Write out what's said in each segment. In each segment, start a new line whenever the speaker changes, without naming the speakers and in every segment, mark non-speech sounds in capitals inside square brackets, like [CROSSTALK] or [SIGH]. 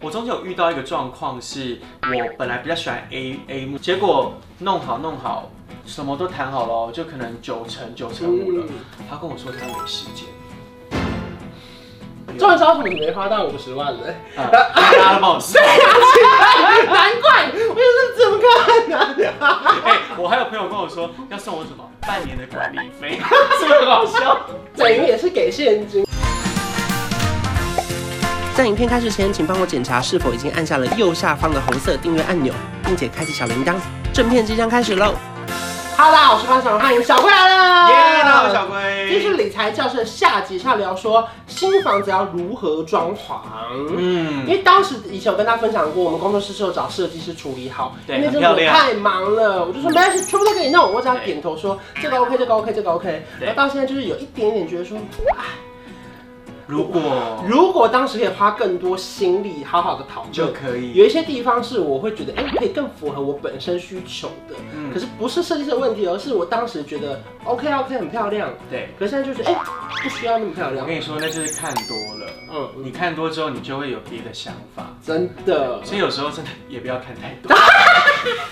我中间有遇到一个状况，是我本来比较喜欢 A A 幕，结果弄好弄好，什么都谈好了哦，就可能九成九成五
嗯
了。他跟我说他没时
[LAUGHS]
间，
终于知道为什么你没花到五十万了、
啊，大家都帮我撕。
难怪，我就是怎么看啊呢、
[LAUGHS] 哎、我还有朋友跟我说要送我什么半年的管理
[LAUGHS]
费，是不是很好笑？
等于也是给现金。在影片开始前，请帮我检查是否已经按下了右下方的红色订阅按钮，并且开启小铃铛。正片即将开始喽！Hello，大家好，我是潘小荣，欢迎小贵来了。
耶、大家好，我是小
这是
龟。
理财教室的下集，是要聊说新房子要如何装潢。因
嗯，
为当时以前我跟大家分享过，我们工作室是有找设计师处理好，
对
因为
很
真的
漂
我
亮
太忙了，我就说没关系，全部都给你弄，我只要
对
点头说这个 OK，这个 OK，这个 OK。
对
然后到现在就是有一点点觉得说，
如果
如果当时可以花更多心力，好好的讨论，
就可以。
有一些地方是我会觉得，哎、可以更符合我本身需求的。
嗯
可是不是设计师的问题，而是我当时觉得 OK OK 很漂亮，
对，
可是现在就觉得，哎、不需要那么漂
我
亮。
跟你说，那就是看多了。
嗯，
你看多之后，你就会有别的想法，
真的。
所以有时候真的也不要看太多。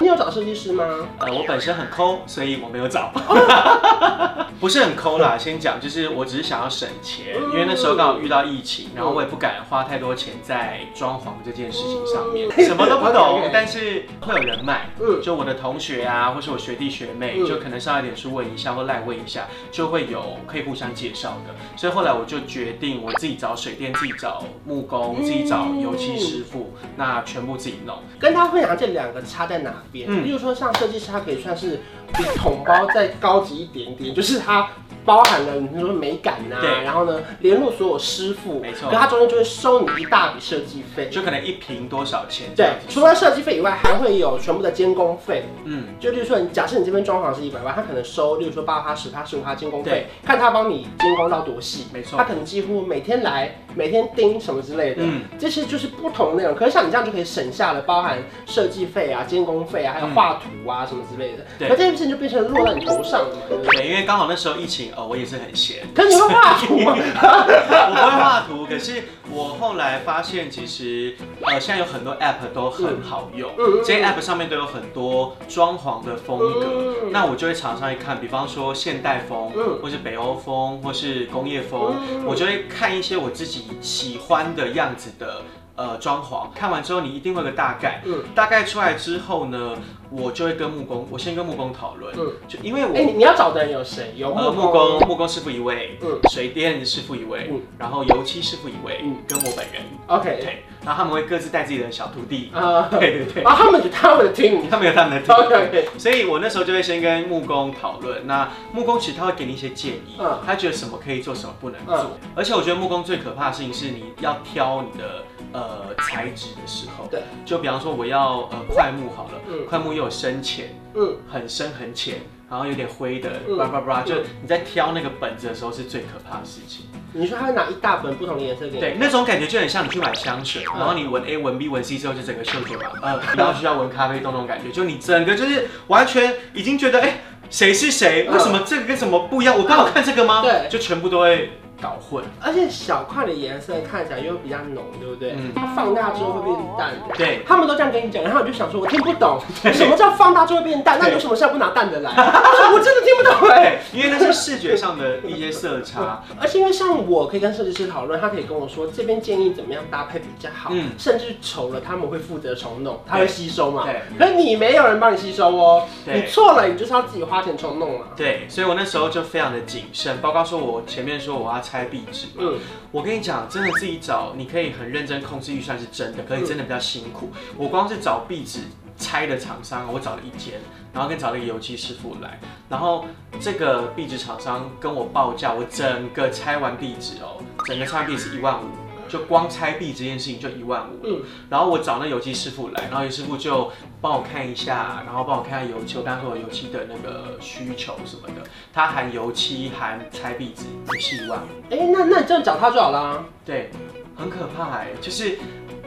你有找设计师吗？
呃，我本身很抠，所以我没有找，
哦
[LAUGHS] 不是很抠啦。先讲，就是我只是想要省钱，因为那时候刚好遇到疫情，然后我也不敢花太多钱在装潢这件事情上
哦
面，什么都不懂
[LAUGHS] OK，OK，
但是会有人脉。
嗯，
就我的同学啊，或是我学弟学妹，
嗯
就可能上一点书问一下或赖问一下，就会有可以互相介绍的。所以后来我就决定我自己找水电，自己找木工，
嗯
自己找油漆师傅，那全部自己弄。
跟他分享这两个差在哪边。
嗯
例如说，像设计师，他可以算是比统包再高级一点点，就是它包含了你说美感呐、啊
对
然后呢联络所有师傅，
没错
可他中间就会收你一大笔设计费。
就可能一瓶多少钱？
对，除了设计费以外，还会有全部的监工费。
嗯，
就例如说，你假设你这边装潢是一百万，他可能收，例如说八趴、十趴、十五趴监工费，看他帮你监工到多细。
没
他
错，
可能几乎每天来，每天盯什么之类的，
嗯
这些就是不同的内容。可是像你这样就可以省下了包含设计费啊、监工费啊，还有画图啊、什么之类的。
嗯对
可这件事情就变成落在你头上了嘛。对不对
对，因为刚好那时候疫情，呃，我也是很闲， [LAUGHS]
可是你会画图吗？
我不会画图，可是我后来发现，其实呃，现在有很多 app 都很好用，
嗯嗯嗯
这些 app 上面都有很多装潢的风格。
嗯
那我就会常常一看，比方说现代风，
嗯
或是北欧风，或是工业风，
嗯
我就会看一些我自己喜欢的样子的呃装潢。看完之后，你一定会有个大概，
嗯
大概出来之后呢，我就会跟木工，我先跟木工讨论，
嗯
就因为我
哎、你你要找的人有谁？有
呃，木工，木工师傅一位，
嗯
水电师傅一位
嗯，
然后油漆师傅一位
嗯，
跟我本人，
，OK，
对，然后他们会各自带自己的小徒
[LAUGHS]
弟，
啊、
对对对，
然后他们就他们的 team，OK
[LAUGHS] 他们有他们的
[LAUGHS]
徒
OK，
弟，所以我那时候就会先跟木工讨论，那木工其实他会给你一些建议
嗯，
他觉得什么可以做，什么不能做，而且我觉得木工最可怕的事情是你要挑你的呃材质的时候，
对，
就比方说我要呃块木好了，
嗯
块木又有深浅，
嗯，
很深很浅，然后有点灰的，
嗯
叭叭叭，
嗯
就你在挑那个本子的时候是最可怕的事情。
你说他会拿一大本不同的颜色给你，
对，那种感觉就很像你去买香水，
嗯
然后你闻 A 闻 B 闻 C 之后就整个嗅觉吧，呃，然后需要闻咖啡豆那种感觉，就你整个就是完全已经觉得，哎，谁是谁？
嗯
为什么这个跟什么不一样？我刚好看这个吗？
对
就全部都会搞混。
而且小块的颜色看起来又比较浓，对不对？
嗯
它放大之后会变淡。
对，
他们都这样跟你讲，然后我就想说，我听不
[LAUGHS]
懂，什么叫放大就会变淡？那
对
有什么事要不拿淡的
[LAUGHS]
来？我说我真的听不懂哎。
对，因为那是视觉上的一些色
[LAUGHS]
差。
而且因为像我可以跟设计师讨论，他可以跟我说这边建议怎么样搭配比较好，
嗯
甚至丑了他们会负责重弄，他会吸收嘛。
对
可是你没有人帮你吸收哦，
对
你错了，你就是要自己花钱重弄嘛。
对，所以我那时候就非常的谨慎，包括说我前面说我要拆壁纸嘛，
嗯，
我跟你讲，真的自己找，你可以很认真控制预算是真的，可是真的比较辛苦。我光是找壁纸拆的厂商，我找了一间，然后跟找了一个油漆师傅来，然后这个壁纸厂商跟我报价，我整个拆完壁纸哦，整个拆完壁纸一万五。就光拆壁这件事情就一万五，
嗯
然后我找那油漆师傅来，然后油漆师傅就帮我看一下，然后帮我看下油漆，我刚说我油漆的那个需求什么的，它含油漆含拆壁纸也是一万五。
哎、那那你这样找他就好啦。
对，很可怕哎、就是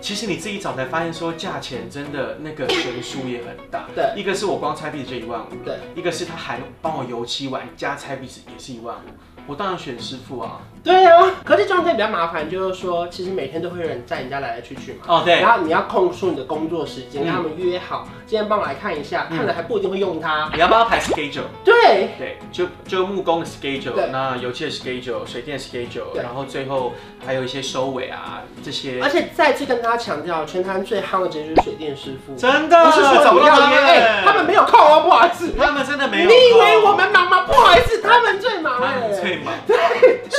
其实你自己找才发现说价钱真的那个悬殊也很大。
对，
一个是我光拆壁纸就一万五，
对，
一个是他还帮我油漆完加拆壁纸也是一万五，我当然选师傅啊。
对啊，可是这种可以比较麻烦，就是说，其实每天都会有人在你家来来去去嘛。
哦，对，
然后你要控诉你的工作时
嗯
间，跟他们约好，今天帮我来看一下，
嗯
看了还不一定会用它。
你要帮他排 schedule，
对，
对，就就木工的 schedule，
对
那油漆的 schedule，水电 schedule，
对哎
然后最后还有一些收尾啊这些
而，且再次跟大家强调，全台湾最夯的职业就是水电师傅，
真的
不是说
找
你
不
要
到
约，
人
哎，他们没有空哦，不好意思。
他们真的
你
没有空，
以为我们忙吗？不好意思，他们最忙
他
哎。
们最忙，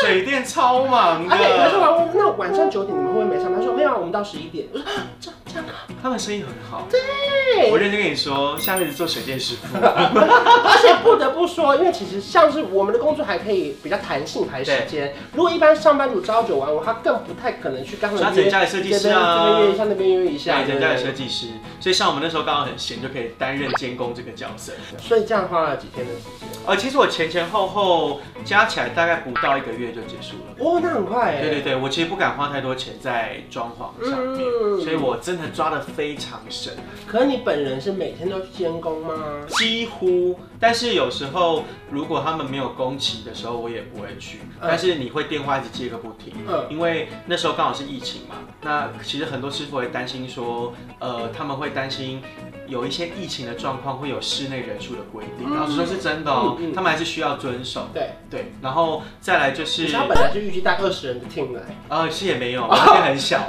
水电超忙
而且有时候
的，
我问，那晚上九点你们会不会没上班？他说没有啊，我们到十一点。我说啊这这样啊，
他们生意很好。
对
我。认真跟你说，下辈子做水电师傅，
而且不得不说，因为其实像是我们的工作还可以比较弹性排时间。如果一般上班族朝九晚五，他更不太可能去跟他
所以他
们
整
约
家的设计
这
师
边
啊
这，边约一下，那边约一 [LAUGHS] 下。
对，整家的设
对
计师。所以像我们那时候刚好很闲，就可以担任监工这个角色。
所以这样花了几天的时间。
呃，其实我前前后后加起来大概不到一个月就结束了。
哇，那很快哎。
对对对，我其实不敢花太多钱在装潢上面，
嗯
所以我真的抓得非常神，
可是你本人是每天都去监工吗？
几乎。但是有时候如果他们没有工期的时候，我也不会去。
嗯
但是你会电话一直接个不停，
嗯
因为那时候刚好是疫情嘛。那其实很多师傅会担心说，呃，他们会担心。有一些疫情的状况会有室内人数的规定，
嗯
老实说是真的哦、
嗯嗯
他们还是需要遵守。
对，
对，然后再来就
其
是
实他本来就预计带二十人的 team 来。
呃，是也
[LAUGHS]
没有，而且很小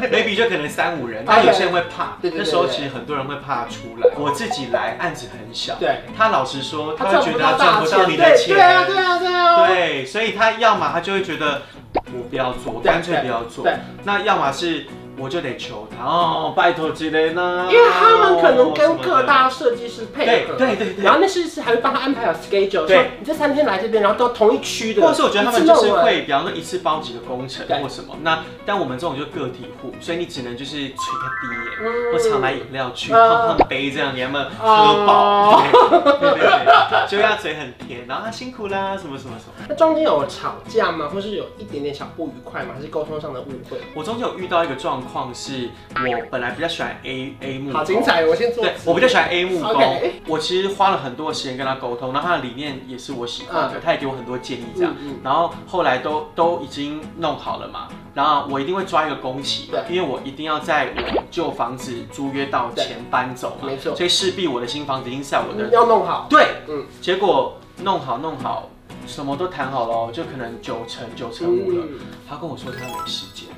对，maybe 就可能三五人，但有些人会怕。
啊对对对
那时候其实很多人会怕出来。我自己来案子很小，
对，
他老实说，他
他
会
赚
觉
不
得他
到
赚
大
不到你
钱。
的
对
钱，
对啊，对啊，对啊。
对所以他要么他就会觉得我不要做，我
对
干脆不要做
对。
那要么是我就得求他哦，拜托之类呢，
因为他们可能跟各
哦什么
大设计师配合，
对对对对
然后那设计师还会帮他安排好 schedule，说
对
你这三天来这边，然后都同一区
的，
的，
或者是我觉得他们就
一次
是
弄完
会，比方说一次包几个工程
对
或什么。那但我们这种就个体户，所以你只能就是吹个低耶。
嗯
我常买饮料去
嗯
碰碰杯这样，你要么喝饱，对对对对，就要嘴很甜，然后他辛苦啦，什么什么什么。
那中间有吵架吗？或是有一点点小不愉快吗？还是沟通上的误会？
我中间有遇到一个状况，是我本来比较喜欢 A A 木，
好精。彩，我先做
嗯
嗯
对，，我比较喜欢 A 木工
OK，
我其实花了很多时间跟他沟通，然后他的理念也是我喜欢的，他也给我很多建议这样。
嗯
然后后来都都已经弄好了嘛，然后我一定会抓一个工期嘛，因为我一定要在我旧房子租约到前搬走嘛，
对没错
所以势必我的新房子已经在我
嗯，
的
要弄好，
对，
嗯
结果弄好弄好，什么都谈好了哦，就可能九成九成五了，
嗯，
他跟我说他没时间，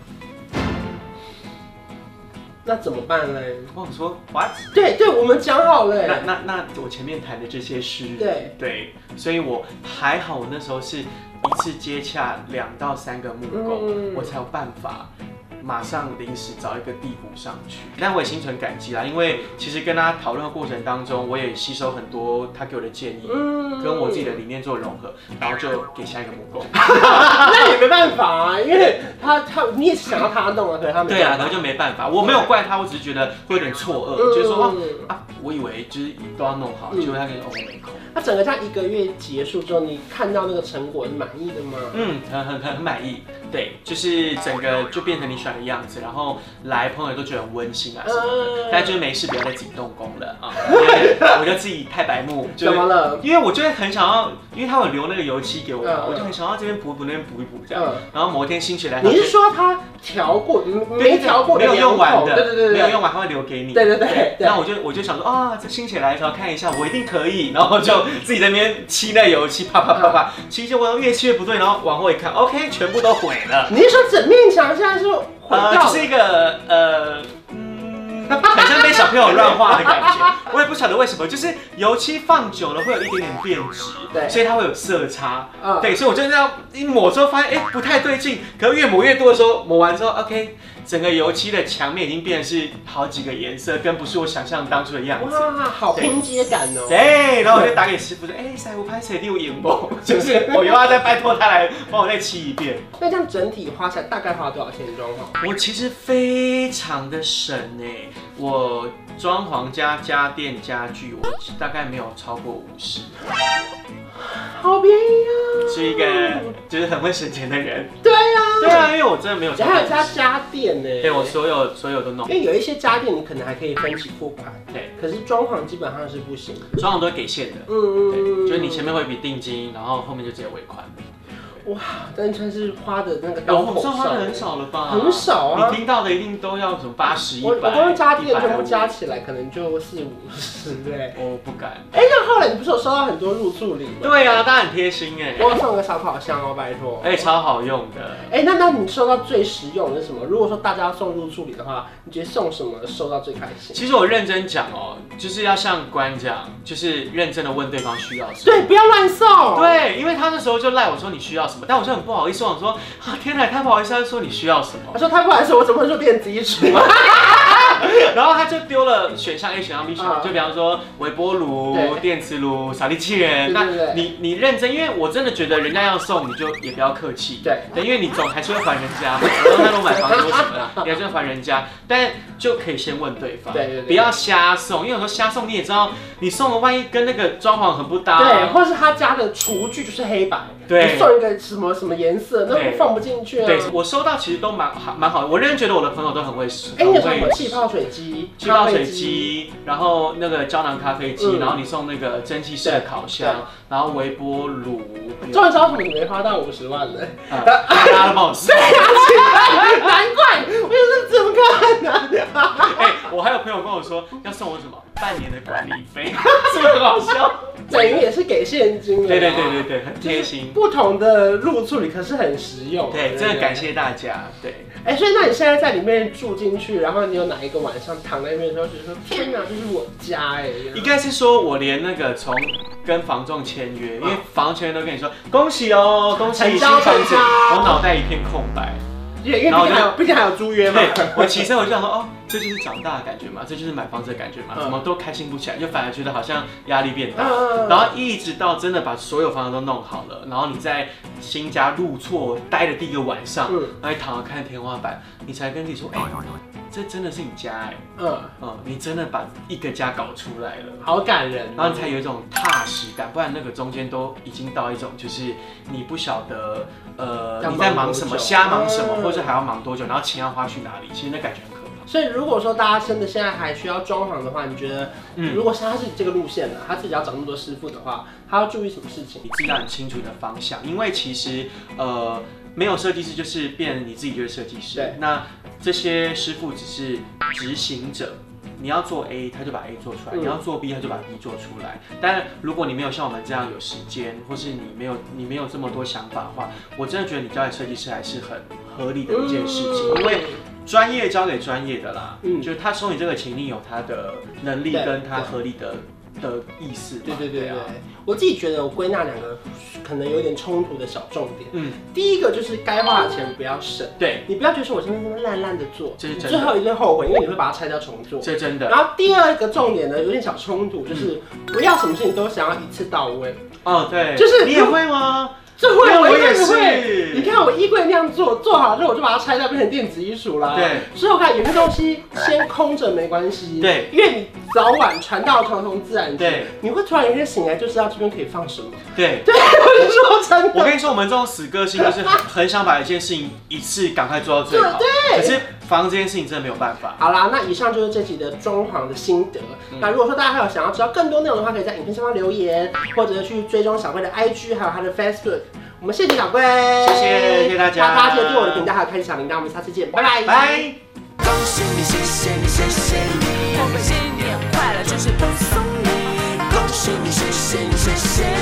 那怎么办嘞？
我跟我说 what？
对对，我们讲好
那
嘞，
那那我前面谈的这些是
对
对，所以我还好，我那时候是一次接洽两到三个木工，
嗯
我才有办法。马上临时找一个地补上去，但我也心存感激啦，因为其实跟他讨论的过程当中，我也吸收很多他给我的建议，
嗯
跟我自己的理念做融合，然后就给下一个木工。
那也没办法啊，因为他他你也想要他弄啊，可是他没
对啊，
办
然后
法，
就没办法，我没有怪他，我只是觉得会有点错愕，就是说哇啊，我以为就是都要弄好，
嗯
结果他跟你说哦我没空。
那整个这样一个月结束之后，你看到那个成果，你满意的吗？
嗯，很很很很满意，对，就是整个就变成你喜欢的样子，然后来朋友都觉得很温馨啊什么的
嗯，
但就是没事不要再自己动工了啊，因为我就自己太白目，就
[LAUGHS] 怎么了？
因为我就会很想要，因为他有留那个油漆给我嘛，
嗯
我就很想要这边补一补那边补一补这样，
嗯，
然后某一天心血来潮
你
就是
说他调过，嗯
对对
没调过
没
的
有用完的，
两口对对对，
没有用完他会留给你，
对对对对
那我就我就想说啊，这心血来潮看一下，我一定可以，然后就自己在那边漆那油漆，啪啪啪啪，
嗯
漆就我越漆越不对，然后往后一看，OK，全部都毁了，
你是说整面墙现在是毁
呃，
掉
就
了
是一个呃。嗯，很像被小朋友乱画的感
[LAUGHS]
觉，我也不晓得为什么，就是油漆放久了会有一点点变质，
对
所以它会有色差，
嗯
对，所以我就这样一抹之后发现，哎、不太对劲。可是越抹越多的时候，抹完之后，OK，整个油漆的墙面已经变成是好几个颜色，跟不是我想象当初的样子。
哇，好拼接感哦。
对，然后我就打给师傅说，哎、师傅拍谁六眼不？就是我又要再拜托他来帮我再漆一遍。
那这样整体花下来大概花多少钱装潢？
我其实非常的省哎、我装潢加家电家具，我大概没有超过五十，
好便宜啊！
是一个就是很会省钱的人。
对啊，
对啊，因为我真的没有超
还
过
有加
50。
家电呢。
对，我所有所有都弄
因。为有一些家电你可能还可以分期付款，
对，
可是装潢基本上是不行。
装潢都会给现的，
嗯
对，就是你前面会比定金，然后后面就直接尾款。哦
哇，但川是花的那个
有
刀
红
口
色
上，
花的很少了吧？
很少啊
你听到的一定都要什么八十、一
我我
百。
光加店全
150
部加，起来，可能就四五十对。
我不敢。
哎，那后来你不是有收到很多入住礼吗？
对啊，大家很贴心哎、
我有送个烧烤箱哦，拜托。
哎、超好用的。
哎、那那你收到最实用的是什么？如果说大家要送入住礼的话，你觉得送什么收到最开心？
其实我认真讲哦，就是要像官讲，就是认真的问对方需要什么。
对，不要乱送。，
对，因为他那时候就赖我说你需要什么，但我就很不好意思，我想说啊天哪，太不好意思，他说你需要什么
[LAUGHS] 他，说他不来说，我怎么会说电子衣橱啊？
然后他就丢了选项 A、选项 B、选项
嗯
C，就比方说微波炉
对、
电磁炉、扫地机器人。
对对对
那你你认真，因为我真的觉得人家要送，你就也不要客气。
对，
对，因为你总还是会还人家嘛，然后他如果买房子或什么的，你还是会还人家，但就可以先问对方，
对对对
不要瞎送，因为有时候瞎送你也知道，你送了万一跟那个装潢很不搭，
对，或是他家的厨具就是黑白，
啊对
你送一个什么什么颜色，那
对
放不进去啊。
对，我收到其实都蛮好蛮好的，我认真觉得我的朋友都很会送。
哎、你有送
很
什
会
么气泡水机、
气泡水
咖啡，
机，然后那个胶囊咖啡机，
嗯
然后你送那个蒸汽式的烤
对
箱，然后微波炉，
终于知道为什么你没花到五十万了。 [LAUGHS]
啊大 [LAUGHS] 家都帮我吃。
难怪，我就是怎么看呢、
哎，我还有朋友跟我说要送我什么半年的管理
[LAUGHS]
费，是不是很好笑？
等于也是给现金了。
对对对对。对，很贴心。
不同的入住里可是很实用、啊，
对，真
不
的感谢大家。对，
哎、所以那你现在在里面住进去，然后你有哪一个晚上躺在那边的时候，就说天哪，这是我家哎、
应该是说我连那个从跟房仲签约，因为房仲签约都跟你说恭喜哦，恭喜
嗯成
新
交
房子，
成交
我脑袋一片空白。
因为因为
然
毕
后
竟
就
还有毕竟还有租约嘛
对，，我骑车我就想说，哦，这就是长大的感觉嘛，这就是买房子的感觉嘛，
嗯
怎么都开心不起来，就反而觉得好像压力变大。
[LAUGHS] 嗯
然后一直到真的把所有房子都弄好了，然后你在新家入错待的第一个晚上，
嗯
然后你躺着看天花板，你才跟自己说，哎、这真的是你家哎、
嗯，
嗯，你真的把一个家搞出来了。
好感人哦、
然后你才有一种踏实感，不然那个中间都已经到一种就是你不晓得呃
要
你在
忙
忙
多
什么，
久
瞎忙什么，
嗯
或者还要忙多久，然后钱要花去哪里，其实那感觉很可怕。
所以如果说大家真的现在还需要装潢的话，你觉得，
嗯
如果是他自己这个路线呢、他自己要找那么多师傅的话，他要注意什么事情？
你自己要很清楚你的方向，因为其实呃没有设计师就是变成你自己就是设计师
对，
那这些师傅只是执行者。你要做 A，他就把 A 做出来；
嗯
你要做 B，他就把 B 做出来。当然，如果你没有像我们这样有时间，或是你没有你没有这么多想法的话，我真的觉得你交给设计师还是很合理的一件事情，因为专业交给专业的啦，
嗯
就是他收你这个情，你有他的能力
对
跟他
对
合理的的意思嘛。
对对对对
啊，
我自己觉得我归纳两个可能有点冲突的小重点。
嗯，
第一个就是该花的钱不要省，
对，
你不要觉得说我真的这么烂烂的做，
这是
你
真的
最后一定会后悔，因为你会把它拆掉重做。
这真的
然后第二个重点呢，有点小冲突，就是
嗯
不要什么事情都想要一次到位，
哦，对，
就是
你也会吗？
这会
没有
我
我
一定
也
不会。
是
你看我衣柜那样做，做好了之后我就把它拆掉，变成电子衣橱啦。
对，
所以我看有些东西先空着没关系，
对，
因为你早晚传到床头自然
对
卷，你会突然有一天醒来就知道这边可以放什么。
对，
对，啊我是 [LAUGHS] 说真
我
的。
跟你说，我们这种死个性就是很想把一件事情一次赶快做到最好，
对
可是房这件事情真的没有办法。
好啦，那以上就是这集的装潢的心得。
嗯
那如果说大家还有想要知道更多内容的话，可以在影片下方留言，或者去追踪小龟的 IG，还有他的 Facebook。我们谢谢小龟，
谢谢谢谢大家
那大家记得对我的频道还有开启小铃铛，我们下次见，拜拜，
拜。
恭喜你，谢谢你，谢谢你，我们新年快乐，就是恭送你。恭喜你，谢谢你，谢谢你。